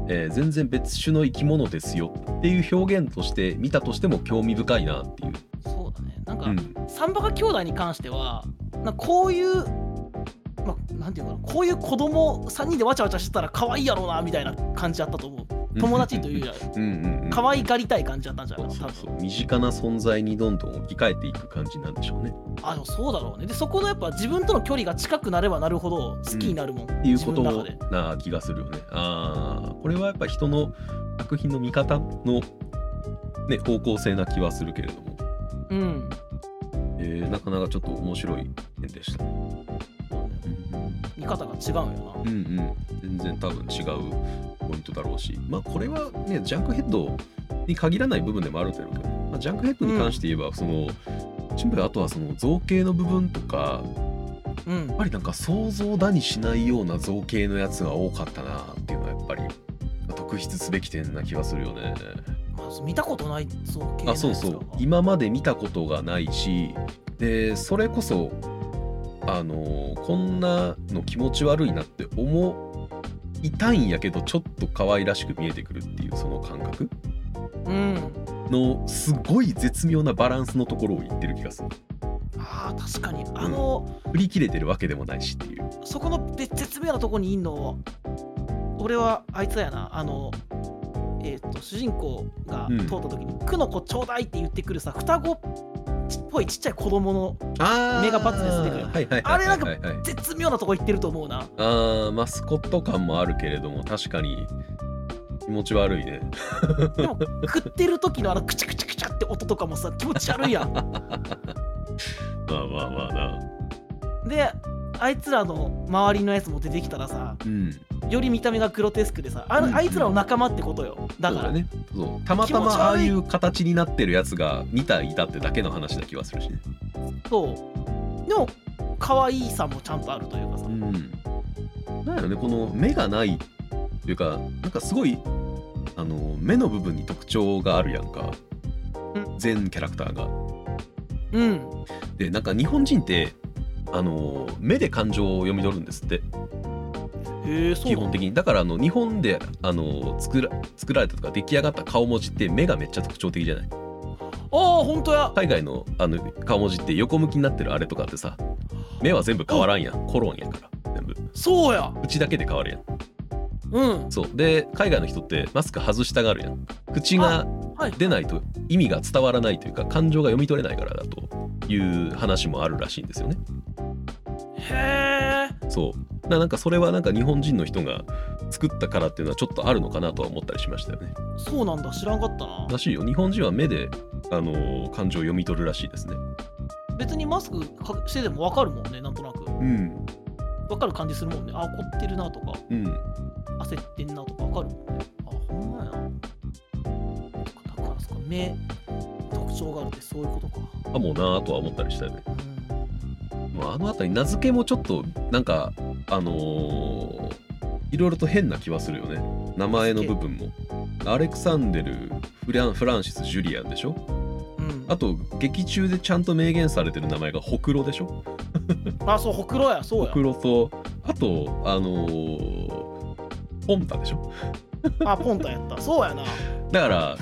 Speaker 1: えー全然別種の生き物ですよっていう表現として見たとしても興味深いなっていう、
Speaker 2: そうだねなんか、
Speaker 1: うん、
Speaker 2: サンバカ兄弟に関してはなんかこういう、まあ、なんていうのかなこういう子供3人でわちゃわちゃしてたら可愛いやろうなみたいな感じだったと思う友達というよりは
Speaker 1: うんうんうん
Speaker 2: 可愛がりたい感じだったんじゃ
Speaker 1: そ
Speaker 2: ないうか
Speaker 1: そ
Speaker 2: な
Speaker 1: う
Speaker 2: 多
Speaker 1: そ
Speaker 2: 分
Speaker 1: う身近な存在にどんどん置き換えていく感じなんでしょうね
Speaker 2: あでもそうだろうねでそこのやっぱ自分との距離が近くなればなるほど好きになるもん、
Speaker 1: っていう
Speaker 2: 自
Speaker 1: こ
Speaker 2: 分の中
Speaker 1: と
Speaker 2: で
Speaker 1: な気がするよね。ああ、これはやっぱ人の作品の見方の、ね、方向性な気はするけれども、
Speaker 2: うん
Speaker 1: えーなかなかちょっと面白い点でした。う
Speaker 2: 見方が違うよなん
Speaker 1: うん、全然多分違うポイントだろうし、まあこれはね、ジャンクヘッドに限らない部分でもあるんだろうけど、まあ、ジャンクヘッドに関して言えば、その、シンプルにあとはその造形の部分とか、
Speaker 2: うん
Speaker 1: やっぱりなんか想像だにしないような造形のやつが多かったなっていうのはやっぱり特筆すべき点な気はするよね。
Speaker 2: まあ見たことない造形の
Speaker 1: あ
Speaker 2: やつ
Speaker 1: そう
Speaker 2: だ
Speaker 1: そう
Speaker 2: わ
Speaker 1: 今まで見たことがないしでそれこそあのこんなの気持ち悪いなって思いたいんやけどちょっと可愛らしく見えてくるっていうその感覚
Speaker 2: うん
Speaker 1: のすごい絶妙なバランスのところを言ってる気がする。
Speaker 2: あー確かにあの、
Speaker 1: 振り切れてるわけでもないしっていう。
Speaker 2: そこので絶妙なとこにいんの俺はあいつだよなあのえっ、と主人公が
Speaker 1: うん
Speaker 2: 通った時に「くの子ちょうだい」って言ってくるさ双子っぽいちっちゃい子供の
Speaker 1: あ
Speaker 2: ー目がバツですねこれ
Speaker 1: はいはいはいはいはいはい
Speaker 2: あれなんか絶妙なとこ行ってると思うな
Speaker 1: あーマスコット感もあるけれども確かに気持ち悪いね
Speaker 2: でも食ってる時のあのクチャクチャクチャって音とかもさ気持ち悪いやん
Speaker 1: まあまあまあな
Speaker 2: であいつらの周りのやつも出てきたらさ
Speaker 1: うん
Speaker 2: より見た目がグロテスクでさあ
Speaker 1: うんうん
Speaker 2: のあいつらの仲間ってことよだから
Speaker 1: そうねそうたまた
Speaker 2: 気持ち悪
Speaker 1: ま
Speaker 2: い
Speaker 1: ああいう形になってるやつが2体いたってだけの話な気はするしね
Speaker 2: そうでも可愛さもちゃんとあるというかさ、
Speaker 1: んなんやろねこの目がないっていうかなんかすごいあの目の部分に特徴があるやんか
Speaker 2: うん
Speaker 1: 全キャラクターが
Speaker 2: うん
Speaker 1: でなんか日本人ってあの目で感情を読み取るんですって
Speaker 2: へえそう
Speaker 1: 基本的にだからあの日本であの作ら作られたとか出来上がった顔文字って目がめっちゃ特徴的じゃない
Speaker 2: ああ本当や
Speaker 1: 海外のあの顔文字って横向きになってるあれとかってさ目は全部変わらんやんコロンやから全部
Speaker 2: そうや
Speaker 1: 口だけで変わるやん
Speaker 2: うん
Speaker 1: そうで海外の人ってマスク外したがるやん口が
Speaker 2: はい
Speaker 1: 出ないと意味が伝わらないというか感情が読み取れないからだという話もあるらしいんですよね
Speaker 2: へえ
Speaker 1: そうななんかそれはなんか日本人の人が作ったからっていうのはちょっとあるのかなとは思ったりしましたよね
Speaker 2: そうなんだ知らんかったな
Speaker 1: らしいよ日本人は目で、あのー感情を読み取るらしいですね。
Speaker 2: 別にマスクかしてでも分かるもんねなんとなく
Speaker 1: うん、
Speaker 2: 分かる感じするもんねあ怒ってるなとか
Speaker 1: うん、
Speaker 2: 焦ってんなとか分かるもんねあほんまやだからそっか目特徴があるってそういうことか
Speaker 1: かもなぁとは思ったりしたよね。
Speaker 2: うん
Speaker 1: まあ、あの辺り名付けもちょっとなんかあのーいろいろと変な気はするよね名前の部分も。アレクサンデルフランフランシス・ジュリアンでしょ
Speaker 2: うん、
Speaker 1: あと劇中でちゃんと明言されてる名前がホクロでしょ
Speaker 2: あそうほくろやそう
Speaker 1: ホ
Speaker 2: や
Speaker 1: クロとあとあのーポンタでしょ
Speaker 2: あポンタやったそうやな
Speaker 1: だから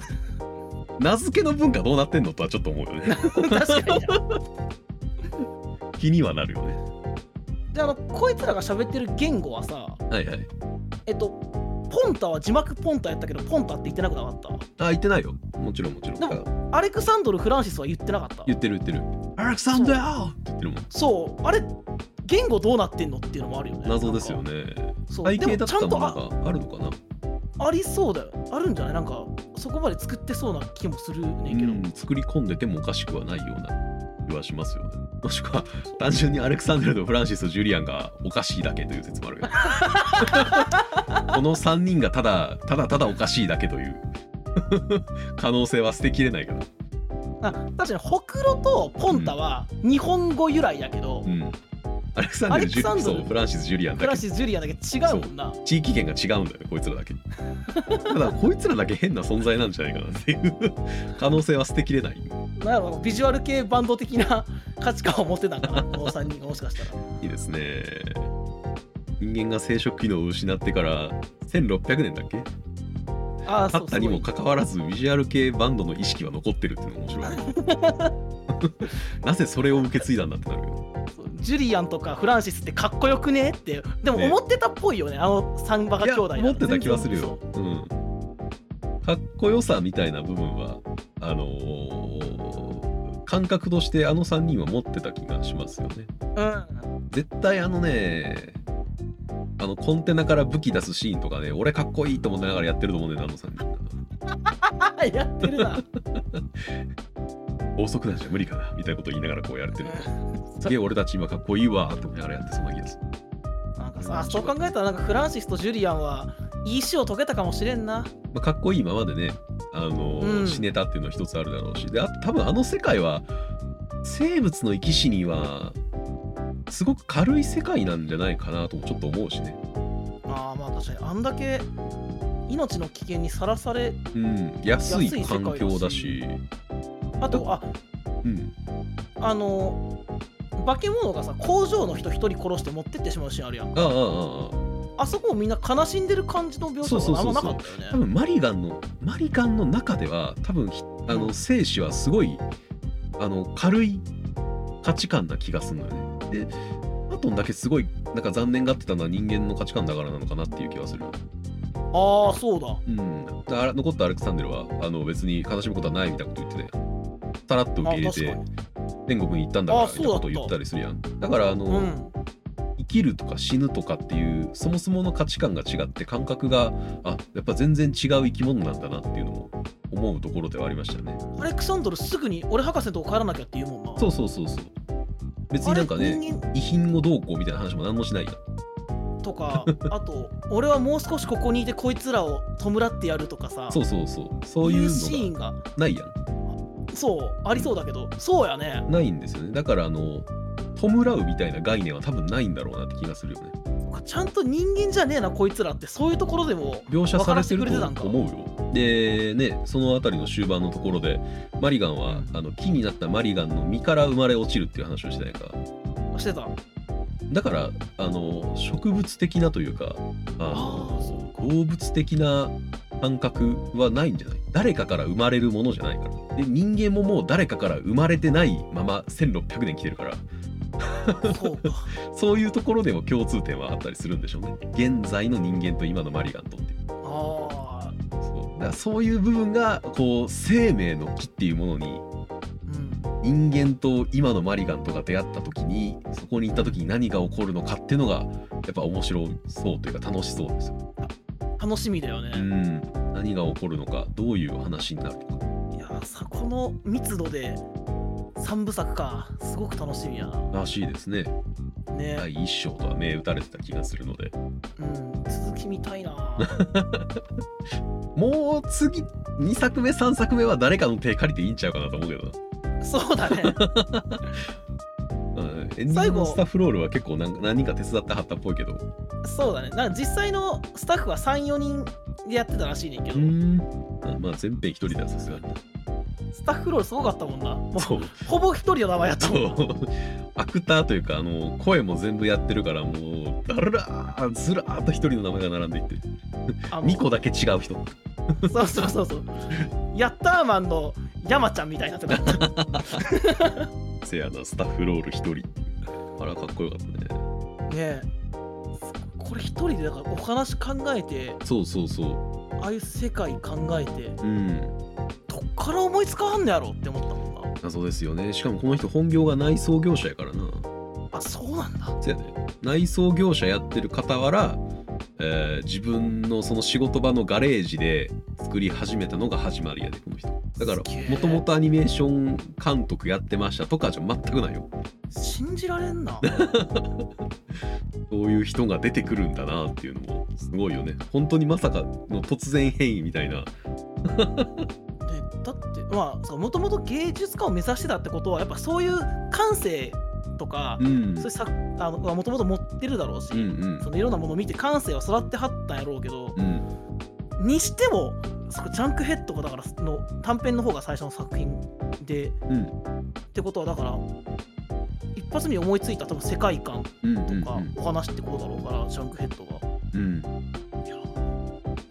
Speaker 1: 名付けの文化どうなってんのとはちょっと思うよ ね
Speaker 2: 確かに
Speaker 1: 気にはなるよね
Speaker 2: であのこいつらが喋ってる言語はさ
Speaker 1: はいはい
Speaker 2: えっとポンタは字幕ポンタやったけどポンタって言ってなくなかった
Speaker 1: あ言ってないよもちろんもちろん
Speaker 2: でもアレクサンドル・フランシスは言ってなかった
Speaker 1: 言ってる言ってるアレクサンドーって言ってるもん
Speaker 2: そうあれ言語どうなってんのっていうのもあるよね
Speaker 1: 謎ですよね
Speaker 2: そう
Speaker 1: 背
Speaker 2: でも
Speaker 1: 景だっ
Speaker 2: ちゃ
Speaker 1: た
Speaker 2: ん
Speaker 1: もの
Speaker 2: とあ
Speaker 1: があるのかな
Speaker 2: ありそうだよあるんじゃないなんかそこまで作ってそうな気もするねんけど、
Speaker 1: うん、作り込んでてもおかしくはないような気はしますよね。もしくは単純にアレクサンデルとフランシスとジュリアンがおかしいだけという説もあるよね この3人がただただただおかしいだけという可能性は捨てきれないから。
Speaker 2: あ確かにほくろとポンタは日本語由来やけど、
Speaker 1: うん、アレクサンデルジ
Speaker 2: ア
Speaker 1: ュ
Speaker 2: レクサンドル
Speaker 1: そうフランシス・ジュリアン
Speaker 2: フ
Speaker 1: だ
Speaker 2: ラン
Speaker 1: け
Speaker 2: シス・ジュリアンだけ違うもんな
Speaker 1: 地域圏が違うんだよねこいつらだけ。ただこいつらだけ変な存在なんじゃないかなっていう可能性は捨てきれない。
Speaker 2: なんやろビジュアル系バンド的な価値観を持ってたん かなこの3人がもしかしたら
Speaker 1: いいですね。人間が生殖機能を失ってから1600年だっけ
Speaker 2: ああ
Speaker 1: 経
Speaker 2: そ
Speaker 1: っ
Speaker 2: う
Speaker 1: た
Speaker 2: す
Speaker 1: に
Speaker 2: ご
Speaker 1: も
Speaker 2: い
Speaker 1: かかわらずビジュアル系バンドの意識は残ってるっていうのが面白い。 なぜそれを受け継いだんだってなるよ。
Speaker 2: そうジュリアンとかフランシスってかっこよくねってでも
Speaker 1: ね
Speaker 2: 思ってたっぽいよねあの三馬が
Speaker 1: い
Speaker 2: 兄
Speaker 1: や
Speaker 2: 弟なの
Speaker 1: 持ってた気はする
Speaker 2: 全
Speaker 1: よ
Speaker 2: 然。
Speaker 1: うん、かっこよさみたいな部分はあのー感覚としてあの3人は持ってた気がしますよね。
Speaker 2: そう
Speaker 1: 絶対あのねあのコンテナから武器出すシーンとかね俺かっこいいと思いながらやってると思うねんだあの3人。
Speaker 2: うんやってるな
Speaker 1: 高速なんじゃ無理かなみたいなこと言いながらこうやれて る。すげえ俺たち今かっこいいわーって思いながらやってそうな気がする。
Speaker 2: なんかさあそう考えたらなんかフランシスとジュリアンはいい死を遂げたかもしれんな
Speaker 1: まあ、かっこいい今までね、あのー
Speaker 2: うん
Speaker 1: 死ねたっていうのは一つあるだろうし、であ多分あの世界は生物の生き死にはすごく軽い世界なんじゃないかなともちょっと思うしね。
Speaker 2: あーまあ確かにあんだけ命の危険にさらされ
Speaker 1: うん、安い
Speaker 2: 安い世界だ
Speaker 1: 環
Speaker 2: し
Speaker 1: 境だし、
Speaker 2: あとあ
Speaker 1: うん、
Speaker 2: あの化け物がさ工場の人一人殺して持ってってしまうシーンあるやん
Speaker 1: ああああああ
Speaker 2: あそこもみんな悲しんでる感じの描写
Speaker 1: そうそう
Speaker 2: があん
Speaker 1: そう
Speaker 2: ま
Speaker 1: そ
Speaker 2: な
Speaker 1: う
Speaker 2: かったよね
Speaker 1: 多分マリガンのマリガンの中では多分ひあ
Speaker 2: う
Speaker 1: の
Speaker 2: ん
Speaker 1: 生死はすごいあの軽い価値観な気がするのよね。でアトンだけすごいなんか残念がってたのは人間の価値観だからなのかなっていう気がする。
Speaker 2: ああそうだ
Speaker 1: うん、だから残ったアレクサンデルはあの別に悲しむことはないみたいなこと言ってたよ。さらっと受け入れ
Speaker 2: あ
Speaker 1: て
Speaker 2: 確
Speaker 1: 天国に行ったんだから
Speaker 2: あ
Speaker 1: みたい
Speaker 2: そ
Speaker 1: うな
Speaker 2: だ
Speaker 1: こ
Speaker 2: った
Speaker 1: とを言ったりするやん。だからあの、
Speaker 2: うん
Speaker 1: 生きるとか死ぬとかっていうそもそもの価値観が違って感覚があやっぱ全然違う生き物なんだなっていうのも思うところではありましたね。
Speaker 2: アレクサンドルすぐに俺博士のとこ帰らなきゃって言うもんな
Speaker 1: そうそうそうそう。別になんか
Speaker 2: あれ
Speaker 1: ね
Speaker 2: 人間
Speaker 1: 遺品をどうこうみたいな話も何もしないやん。
Speaker 2: とか あと俺はもう少しここにいてこいつらを弔ってやるとかさ
Speaker 1: そううそうそう。そういう
Speaker 2: シーン
Speaker 1: のが
Speaker 2: が
Speaker 1: ないやん。
Speaker 2: そうありそうだけどそうやね
Speaker 1: ないんですよね。だからあの弔うみたいな概念は多分ないんだろうなって気がするよね。
Speaker 2: ちゃんと人間じゃねえなこいつらってそういうところでも
Speaker 1: 描写されてる
Speaker 2: 分からせて
Speaker 1: と
Speaker 2: くれて
Speaker 1: 思うよ。でねその辺りの終盤のところでマリガンは
Speaker 2: うん
Speaker 1: あの木になったマリガンの実から生まれ落ちるっていう話をしてないか。
Speaker 2: してたあ
Speaker 1: だからあの植物的なというかあ
Speaker 2: あそう
Speaker 1: の動物的な感覚はないんじゃない誰かから生まれるものじゃないからで人間ももう誰かから生まれてないまま1600年来てるから
Speaker 2: かそ うか
Speaker 1: そういうところでも共通点はあったりするんでしょうね現在の人間と今のマリガンとっていう
Speaker 2: ああ
Speaker 1: そうだからそういう部分がこう生命の木っていうものに
Speaker 2: うん
Speaker 1: 人間と今のマリガンとが出会った時にそこに行った時に何が起こるのかっていうのがやっぱ面白そうというか楽しそうですよね
Speaker 2: 楽しみだよね、
Speaker 1: うん、何が起こるのかどういう話になるのか
Speaker 2: いやーさこの密度で3部作かすごく楽しみやな
Speaker 1: らしいですね
Speaker 2: ね、
Speaker 1: 第1章とは銘打たれてた気がするので
Speaker 2: うん続き見たいな
Speaker 1: もう次2作目3作目は誰かの手借りていいんちゃうかなと思うけど
Speaker 2: そう だね
Speaker 1: な、うん、エンディングのスタッフロールは結構何何人か手伝ってはったっぽいけど
Speaker 2: そうだねなんか実際のスタッフは34人でやってたらしいねんけど、
Speaker 1: うんまあまあ全編一人ではさすがに
Speaker 2: スタッフロールすごかったもんなもう
Speaker 1: そう
Speaker 2: ほぼ一人の名前やった
Speaker 1: そ
Speaker 2: もん
Speaker 1: うアクターというかあの声も全部やってるからもうだらーずらーっと一人の名前が並んでいって
Speaker 2: あの
Speaker 1: 2個だけ違う人
Speaker 2: そうそうそうそうヤッターマンの山ちゃんみたいなとこ
Speaker 1: せやなスタッフロール一人あらかっこよかったね
Speaker 2: ねえこれ一人でだからお話考えて
Speaker 1: そうそうそ
Speaker 2: ああいう世界考えて
Speaker 1: ううん
Speaker 2: どっから思いつかはんのやろって思ったもん
Speaker 1: 謎ですよねしかもこの人本業が内装業者やからな
Speaker 2: なあそうなんだ
Speaker 1: せやで内装業者やってる傍ら、えー自分のその仕事場のガレージで作り始めたのが始まりやでこの人だから
Speaker 2: すげえ
Speaker 1: もともとアニメーション監督やってましたとかじゃ全くないよ
Speaker 2: 信じら れんな
Speaker 1: そういう人が出てくるんだなっていうのもすごいよね本当にまさかの突然変異みたいな
Speaker 2: ねだってまあもともと芸術家を目指してたってことはやっぱそういう感性とか、
Speaker 1: うん
Speaker 2: そういう作あのもともと持ってるだろうし、
Speaker 1: うんうん
Speaker 2: そのいろんなものを見て感性は育ってはったんやろうけど
Speaker 1: う、ん
Speaker 2: にしてもそこジャンクヘッドがだからの短編の方が最初の作品でっ
Speaker 1: うん
Speaker 2: てことはだから一発目に思いついた多分世界観
Speaker 1: うんうんう
Speaker 2: とか
Speaker 1: ん
Speaker 2: お話ってことだろうから、ジャンクヘッドが
Speaker 1: うん
Speaker 2: いや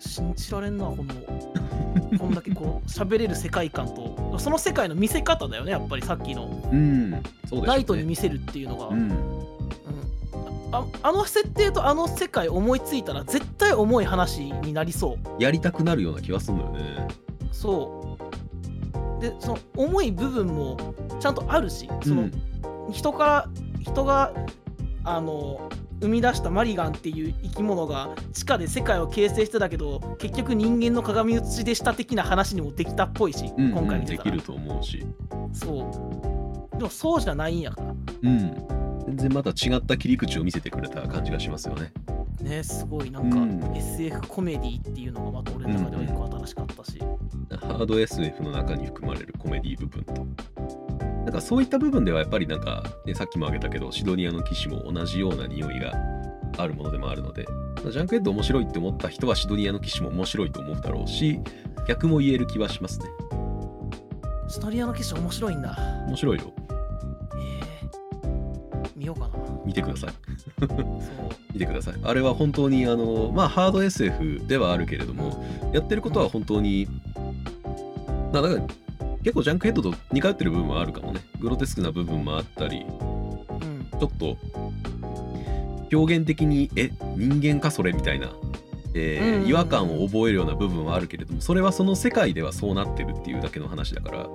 Speaker 2: 信じられんなこのこんだけこう喋れる世界観とその世界の見せ方だよねやっぱりさっきの
Speaker 1: うんそうでしょうね
Speaker 2: ライトに見せるっていうのが、
Speaker 1: うん
Speaker 2: うんああの設定とあの世界思いついたら絶対重い話になりそう
Speaker 1: やりたくなるような気がするんだよね
Speaker 2: そうでその重い部分もちゃんとあるしそうの
Speaker 1: ん
Speaker 2: 人から人があの生み出したマリガンっていう生き物が地下で世界を形成してたけど結局人間の鏡映しでした的な話にもできたっぽいし、
Speaker 1: うん
Speaker 2: 今回
Speaker 1: うん
Speaker 2: 見て
Speaker 1: で
Speaker 2: た
Speaker 1: き
Speaker 2: ら
Speaker 1: ると思うし
Speaker 2: そうでもそうじゃないんやから
Speaker 1: うん、全然また違った切り口を見せてくれた感じがしますよね。
Speaker 2: ねすごいなんか、
Speaker 1: うん
Speaker 2: SF コメディっていうのがまた俺の中では一個新しかったし、
Speaker 1: ハード SF の中に含まれるコメディ部分と。なんかそういった部分ではやっぱりなんか、ね、さっきも挙げたけどシドニアの騎士も同じような匂いがあるものでもあるのでジャンクヘッド面白いって思った人はシドニアの騎士も面白いと思うだろうし逆も言える気はしますね
Speaker 2: シナリアの決勝面白いんだ
Speaker 1: 面白いよ
Speaker 2: 見ようかな
Speaker 1: 見てください
Speaker 2: そう
Speaker 1: 見てくださいあれは本当にあのまあハード SF ではあるけれどもやってることは本当にまあだから結構ジャンクヘッドと似通ってる部分はあるかもねグロテスクな部分もあったり
Speaker 2: うん
Speaker 1: ちょっと表現的にえ人間かそれみたいな、えー
Speaker 2: うんうん
Speaker 1: 違和感を覚えるような部分はあるけれどもそれはその世界ではそうなってるっていうだけの話だから
Speaker 2: あ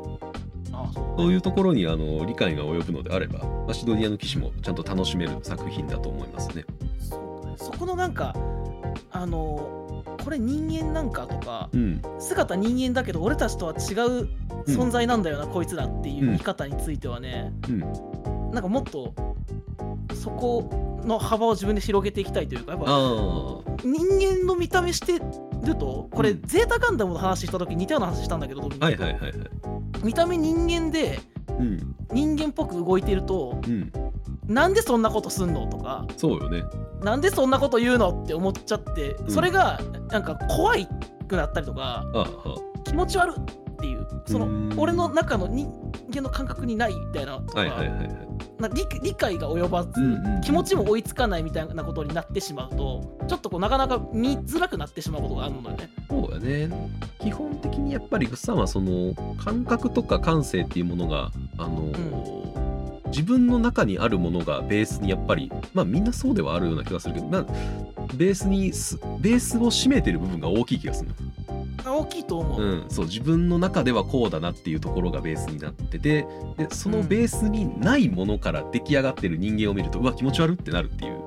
Speaker 2: そう
Speaker 1: そういうところにあの理解が及ぶのであれば、まあシドニアの騎士もちゃんと楽しめる作品だと思いますね。
Speaker 2: そうだねそこのなんかあのこれ人間なんかとか
Speaker 1: うん、
Speaker 2: 姿人間だけど俺たちとは違う存在なんだよな、こいつらっていう見方についてはね、
Speaker 1: うん
Speaker 2: なんかもっとそこの幅を自分で広げていきたいというかやっぱ
Speaker 1: ああ
Speaker 2: 人間の見た目してるとこれ、
Speaker 1: うん
Speaker 2: ゼータガンダムの話した時似たような話したんだけど、ドミニク
Speaker 1: はいはいはいはい。
Speaker 2: 見た目人間で
Speaker 1: うん
Speaker 2: 人間っぽく動いてると
Speaker 1: うん。
Speaker 2: なんでそんなことすんのとか
Speaker 1: そうよね。
Speaker 2: なんでそんなこと言うのって思っちゃって
Speaker 1: ん
Speaker 2: それがなんか怖いくなったりとか
Speaker 1: あああ
Speaker 2: 気持ち悪っていうそうの
Speaker 1: ん
Speaker 2: 俺の中の人間の感覚にないみたいなと
Speaker 1: あ。
Speaker 2: か,、
Speaker 1: はいはいはいはい。
Speaker 2: な理理解が及ばず、
Speaker 1: うんうんうん
Speaker 2: 気持ちも追いつかないみたいなことになってしまうとちょっとこうなかなか見づらくなってしまうことがあるのよね。
Speaker 1: そうやね。基本的にやっぱりグッサンはその感覚とか感性っていうものが、あのー自分の中にあるものがベースにやっぱり、まあみんなそうではあるような気がするけど、まあ、ベースにす、ベースを占めてる部分が大きい気がするの
Speaker 2: 大きいと思う。
Speaker 1: うん、そう自分の中ではこうだなっていうところがベースになっててでそのベースにないものから出来上がってる人間を見ると、うわ気持ち悪ってなるっていう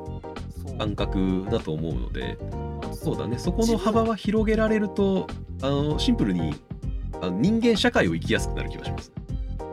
Speaker 2: そう
Speaker 1: 感覚だと思うのでそうだねそこ
Speaker 2: 自
Speaker 1: の
Speaker 2: 分
Speaker 1: 幅は広げられるとあのシンプルにあの人間社会を生きやすくなる気がします、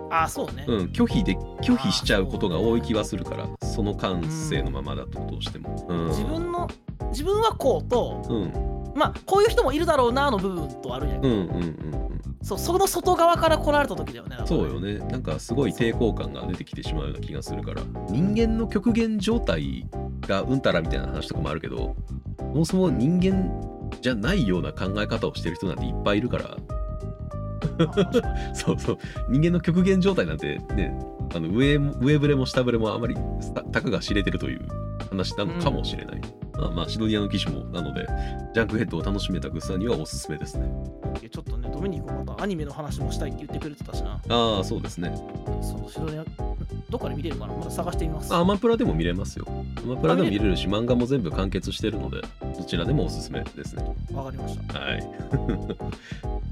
Speaker 2: あそうね、
Speaker 1: うん、拒否で拒否しちゃうことが多い気はするからその感性のままだとどうしても、うん
Speaker 2: 自分の自分はこうと
Speaker 1: うん
Speaker 2: まあこういう人もいるだろうなの部分とあるんやけど、
Speaker 1: うんうんうん
Speaker 2: そうその外側から来られた時だよねだからね
Speaker 1: そうよねなんかすごい抵抗感が出てきてしまうような気がするから人間の極限状態がうんたらみたいな話とかもあるけどそもそも人間じゃないような考え方をしてる人なんていっぱいいるから そうそう人間の極限状態なんてねあの上も上振れも下振れもあまりさたかが知れてるという話なのかもしれない、まあまあ、シドニアの騎士もなので、ジャンクヘッドを楽しめたグッサンにはおすすめですね。
Speaker 2: いやちょっとね、ドミニクもまたアニメの話もしたいって言ってくれてたしな。
Speaker 1: ああ、そうですね。
Speaker 2: そう、シドニア、どっかで見れるかなまだ探してみます。
Speaker 1: あアマプラでも見れますよ。アマプラでも見れるし、漫画も全部完結してるので、どちらでもおすすめですね。
Speaker 2: わかりました。
Speaker 1: はい。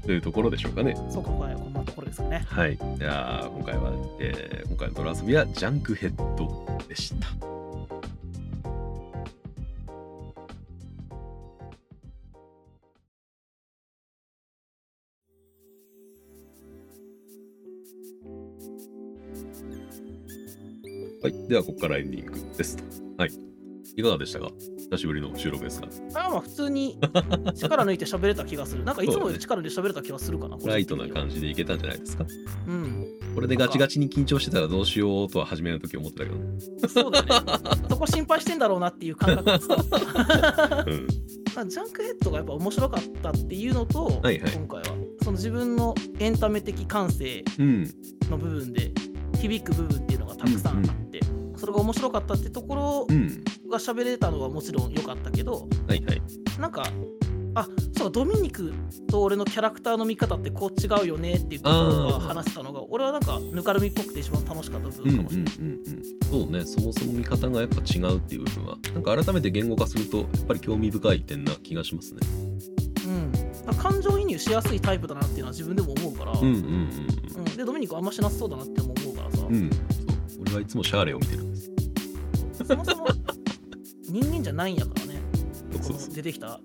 Speaker 1: という ところでしょうかね。
Speaker 2: そうか、今回はこんなところですかね。
Speaker 1: はい。じゃあ、今回は、えー今回のドラ遊びはジャンクヘッドでした。はい。では、ここからエンディングですと。はい。いかがでしたか久しぶりの収録ですが。
Speaker 2: あまあ、普通に力抜いて喋れた気がする。なんかいつもより力で喋れた気がするかな。
Speaker 1: ライトな
Speaker 2: じ。
Speaker 1: 感じでいけたんじゃないですか
Speaker 2: うん。
Speaker 1: これでガチガチに緊張してたらどうしようとは初めの時思ってたけ ど、
Speaker 2: そうだよね。 そこ心配してんだろうなっていう感覚が伝わ った
Speaker 1: うん、
Speaker 2: まあジャンクヘッドがやっぱ面白かったっていうのと、
Speaker 1: はいはい
Speaker 2: 今回はその自分のエンタメ的感性
Speaker 1: うん、
Speaker 2: の部分で響く部分っていうのがたくさんあって、それが面白かったってとこ
Speaker 1: うん、
Speaker 2: ろが喋れたのはもちろん良かったけど
Speaker 1: はいはい。
Speaker 2: なんかあそうドミニクと俺のキャラクターの見方ってこう違うよねっていうところが
Speaker 1: あー
Speaker 2: 話したのが俺はなんかぬかるみっぽくて一番楽しかった部
Speaker 1: うんうん
Speaker 2: 分か
Speaker 1: うん
Speaker 2: もしれな
Speaker 1: う
Speaker 2: い、
Speaker 1: ん、そうねそもそも見方がやっぱ違うっていう部分はなんか改めて言語化するとやっぱり興味深い点な気がしますね。
Speaker 2: うんなんか感情移入しやすいタイプだなっていうのは自分でも思うから、
Speaker 1: うんうん
Speaker 2: うんでドミニクはあんましなさそうだなって思うからさ、
Speaker 1: うんうん。うん、そう俺はいつもシャーレを見てるんです。
Speaker 2: そもそも人間じゃないんやからね、
Speaker 1: そう
Speaker 2: こ
Speaker 1: そうそ
Speaker 2: の
Speaker 1: う
Speaker 2: 出てきた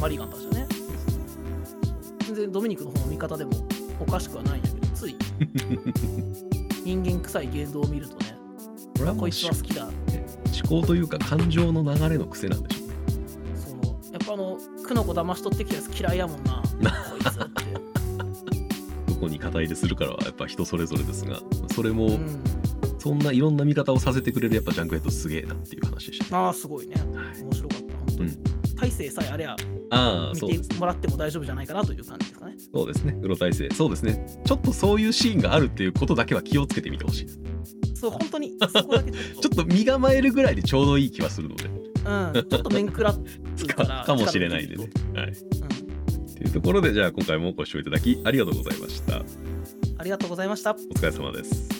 Speaker 2: マリガンたちはね。全然ドミニクの方の味方でもおかしくはないんだけど、 つい人間臭い言動を見るとね、
Speaker 1: これはもう
Speaker 2: こい
Speaker 1: 思
Speaker 2: つは好きだ。
Speaker 1: 思考というか感情の流れの癖なんでしょうね。
Speaker 2: そのやっぱあの、クノコ騙し取ってきたやつ嫌いやもんな、こいつって。
Speaker 1: どこに肩入れするからはやっぱ人それぞれですがそれも
Speaker 2: うん、
Speaker 1: そんないろんな見方をさせてくれるやっぱジャンクヘッドすげえなっていう話でしたね。
Speaker 2: ああ、すごいね。
Speaker 1: はい
Speaker 2: 面白かった、本当に。体勢さえあれば
Speaker 1: ああそうで
Speaker 2: 見
Speaker 1: す
Speaker 2: てもらっても大丈夫じゃないかなという感じですかね。
Speaker 1: そうですね。うろ体制。そうですね。ちょっとそういうシーンがあるっていうことだけは気をつけてみてほしいです。
Speaker 2: そう、本当に、そこだけちょっ と
Speaker 1: ちょっと身構えるぐらいでちょうどいい気はするので、
Speaker 2: うん、ちょっと面食らうか。
Speaker 1: からかもしれないんでね。はい。
Speaker 2: うん
Speaker 1: というところで、じゃあ今回もご視聴いただきありがとうございました。
Speaker 2: ありがとうございました。
Speaker 1: お疲れ様です。